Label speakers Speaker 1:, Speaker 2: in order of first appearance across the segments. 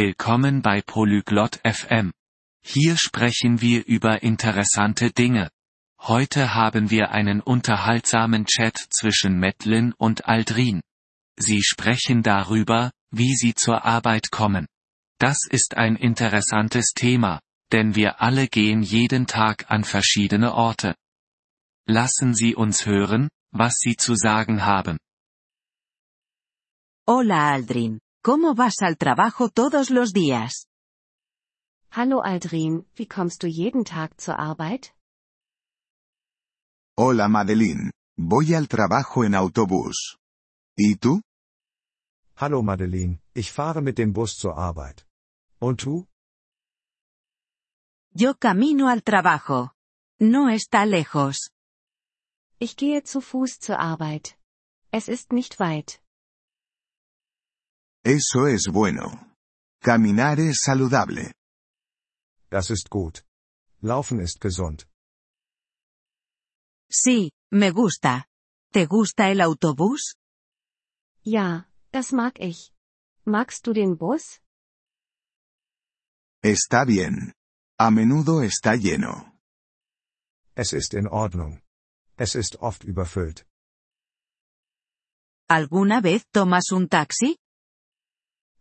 Speaker 1: Willkommen bei Polyglot FM. Hier sprechen wir über interessante Dinge. Heute haben wir einen unterhaltsamen Chat zwischen Madeline und Aldrin. Sie sprechen darüber, wie sie zur Arbeit kommen. Das ist ein interessantes Thema, denn wir alle gehen jeden Tag an verschiedene Orte. Lassen Sie uns hören, was Sie zu sagen haben.
Speaker 2: Hola Aldrin, ¿cómo vas al trabajo todos los días?
Speaker 3: Hallo Aldrin, wie kommst du jeden Tag zur Arbeit?
Speaker 4: Hola Madeline. Voy al trabajo en autobús. ¿Y tú?
Speaker 5: Hallo Madeleine, ich fahre mit dem Bus zur Arbeit. Und du?
Speaker 2: Yo camino al trabajo. No está lejos.
Speaker 3: Ich gehe zu Fuß zur Arbeit. Es ist nicht weit.
Speaker 4: Eso es bueno. Caminar es saludable.
Speaker 5: Das ist gut. Laufen ist gesund.
Speaker 2: Sí, me gusta. ¿Te gusta el autobús?
Speaker 3: Ja, das mag ich. Magst du den Bus?
Speaker 4: Está bien. A menudo está lleno.
Speaker 5: Es ist in Ordnung. Es ist oft überfüllt.
Speaker 2: ¿Alguna vez tomas un taxi?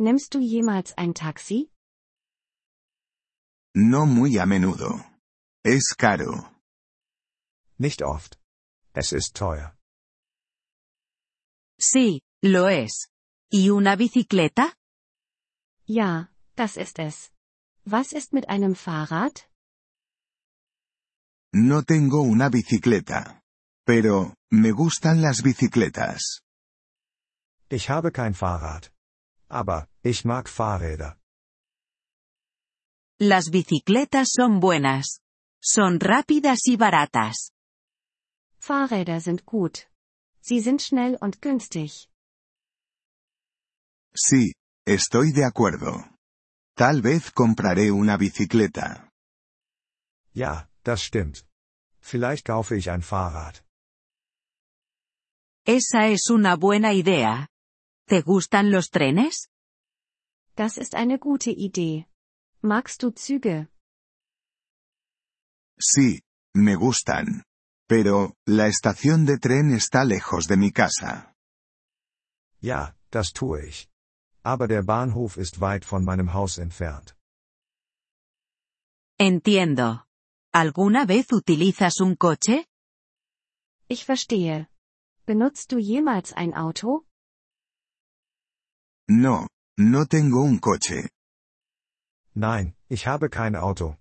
Speaker 3: Nimmst du jemals ein Taxi?
Speaker 4: No muy a menudo. Es caro.
Speaker 5: Nicht oft. Es ist teuer.
Speaker 2: Sí, lo es. ¿Y una bicicleta?
Speaker 3: Ja, das ist es. Was ist mit einem Fahrrad?
Speaker 4: No tengo una bicicleta. Pero, me gustan las bicicletas.
Speaker 5: Ich habe kein Fahrrad. Aber, ich mag Fahrräder.
Speaker 2: Las bicicletas son buenas. Son rápidas y baratas.
Speaker 3: Fahrräder sind gut. Sie sind schnell und günstig.
Speaker 4: Sí, estoy de acuerdo. Tal vez compraré una bicicleta.
Speaker 5: Ja, das stimmt. Vielleicht kaufe ich ein Fahrrad.
Speaker 2: Esa es una buena idea. ¿Te gustan los trenes?
Speaker 3: Das ist eine gute Idee. Magst du Züge?
Speaker 4: Sí, me gustan. Pero, la estación de tren está lejos de mi casa.
Speaker 5: Ja, das tue ich. Aber der Bahnhof ist weit von meinem Haus entfernt.
Speaker 2: Entiendo. ¿Alguna vez utilizas un coche?
Speaker 3: Ich verstehe. Benutzt du jemals ein Auto?
Speaker 4: No, no tengo un coche.
Speaker 5: Nein, ich habe kein Auto.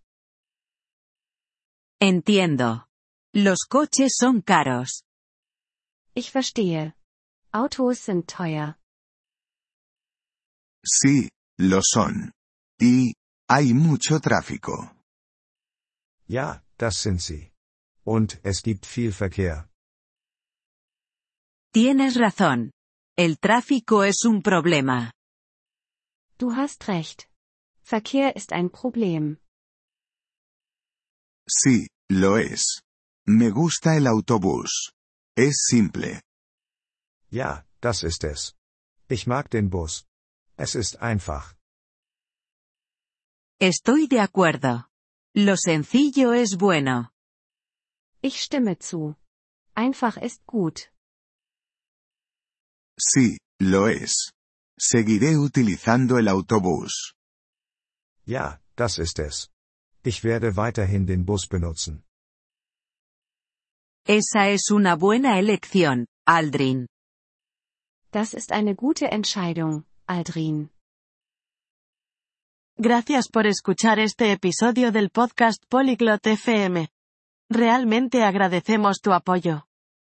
Speaker 2: Entiendo. Los coches son caros.
Speaker 3: Ich verstehe. Autos sind teuer.
Speaker 4: Sí, lo son. Y, hay mucho tráfico.
Speaker 5: Ja, das sind sie. Und es gibt viel Verkehr.
Speaker 2: Tienes razón. El tráfico es un problema.
Speaker 3: Du hast recht. Verkehr ist ein Problem.
Speaker 4: Sí, lo es. Me gusta el autobús. Es simple.
Speaker 5: Ja, das ist es. Ich mag den Bus. Es ist einfach.
Speaker 2: Estoy de acuerdo. Lo sencillo es bueno.
Speaker 3: Ich stimme zu. Einfach ist gut.
Speaker 4: Sí, lo es. Seguiré utilizando el autobús.
Speaker 5: Ja, das ist es. Ich werde weiterhin den Bus benutzen.
Speaker 2: Esa es una buena elección, Aldrin.
Speaker 3: Das ist eine gute Entscheidung, Aldrin.
Speaker 6: Gracias por escuchar este episodio del podcast Polyglot FM. Realmente agradecemos tu apoyo.